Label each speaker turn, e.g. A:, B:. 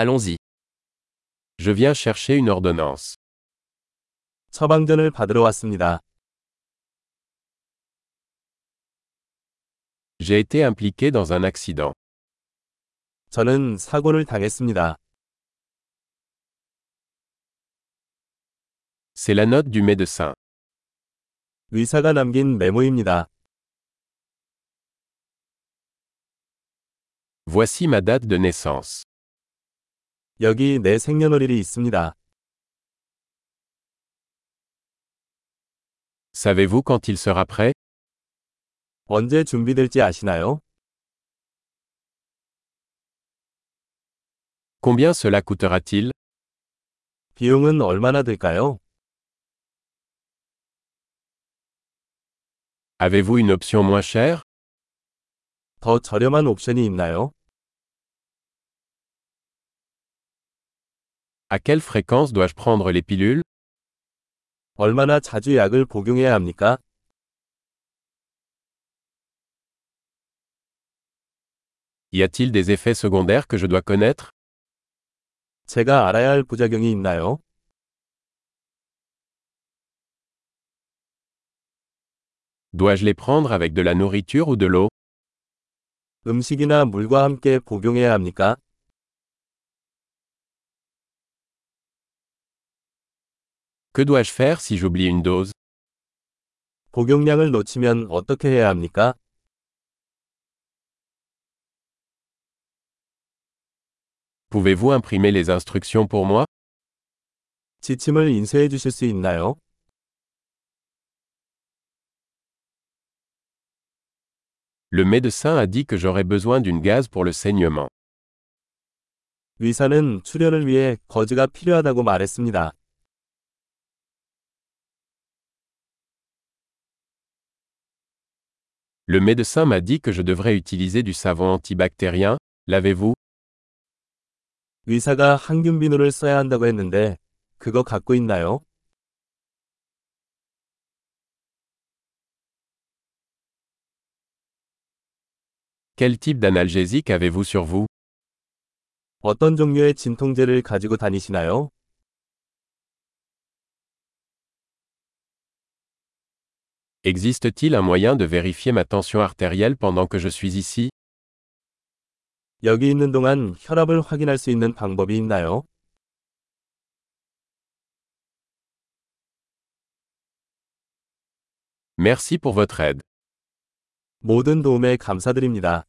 A: Allons-y. Je viens chercher une ordonnance.
B: 처방전을 받으러 왔습니다.
A: J'ai été impliqué dans un accident.
B: 저는 사고를 당했습니다.
A: C'est la note du médecin.
B: 의사가 남긴 메모입니다.
A: Voici ma date de naissance.
B: 여기 내 생년월일이 있습니다.
A: Savez-vous quand il sera prêt
B: 언제 준비될지 아시나요?
A: Combien cela coûtera-t-il
B: 비용은 얼마나 들까요?
A: Avez-vous une option moins chère
B: 더 저렴한 옵션이 있나요?
A: À quelle fréquence dois-je prendre les pilules
B: 얼마나 자주 약을 복용해야 합니까?
A: Y a-t-il des effets secondaires que je dois connaître
B: 제가 알아야 할 부작용이 있나요?
A: Dois-je les prendre avec de la nourriture ou de l'eau
B: 음식이나 물과 함께 복용해야 합니까?
A: Que dois-je faire si j'oublie une dose
B: 복용량을 놓치면 어떻게 해야 합니까?
A: Pouvez-vous imprimer les instructions pour moi
B: 지침을 인쇄해 주실 수 있나요?
A: Le médecin a dit que j'aurais besoin d'une gaz pour le saignement.
B: 의사는 출혈을 위해 거즈가 필요하다고 말했습니다.
A: Le médecin m'a dit que je devrais utiliser du savon antibactérien. L'avez-vous
B: 의사가 항균 비누를 써야 한다고 했는데 그거 갖고 있나요?
A: Quel type d'analgésique avez-vous sur vous
B: 어떤 종류의 진통제를 가지고 다니시나요?
A: Existe-t-il un moyen de vérifier ma tension artérielle pendant que je suis ici
B: 여기 있는 동안 혈압을 확인할 수 있는 방법이 있나요?
A: Merci pour votre aide.
B: 모든 도움에 감사드립니다.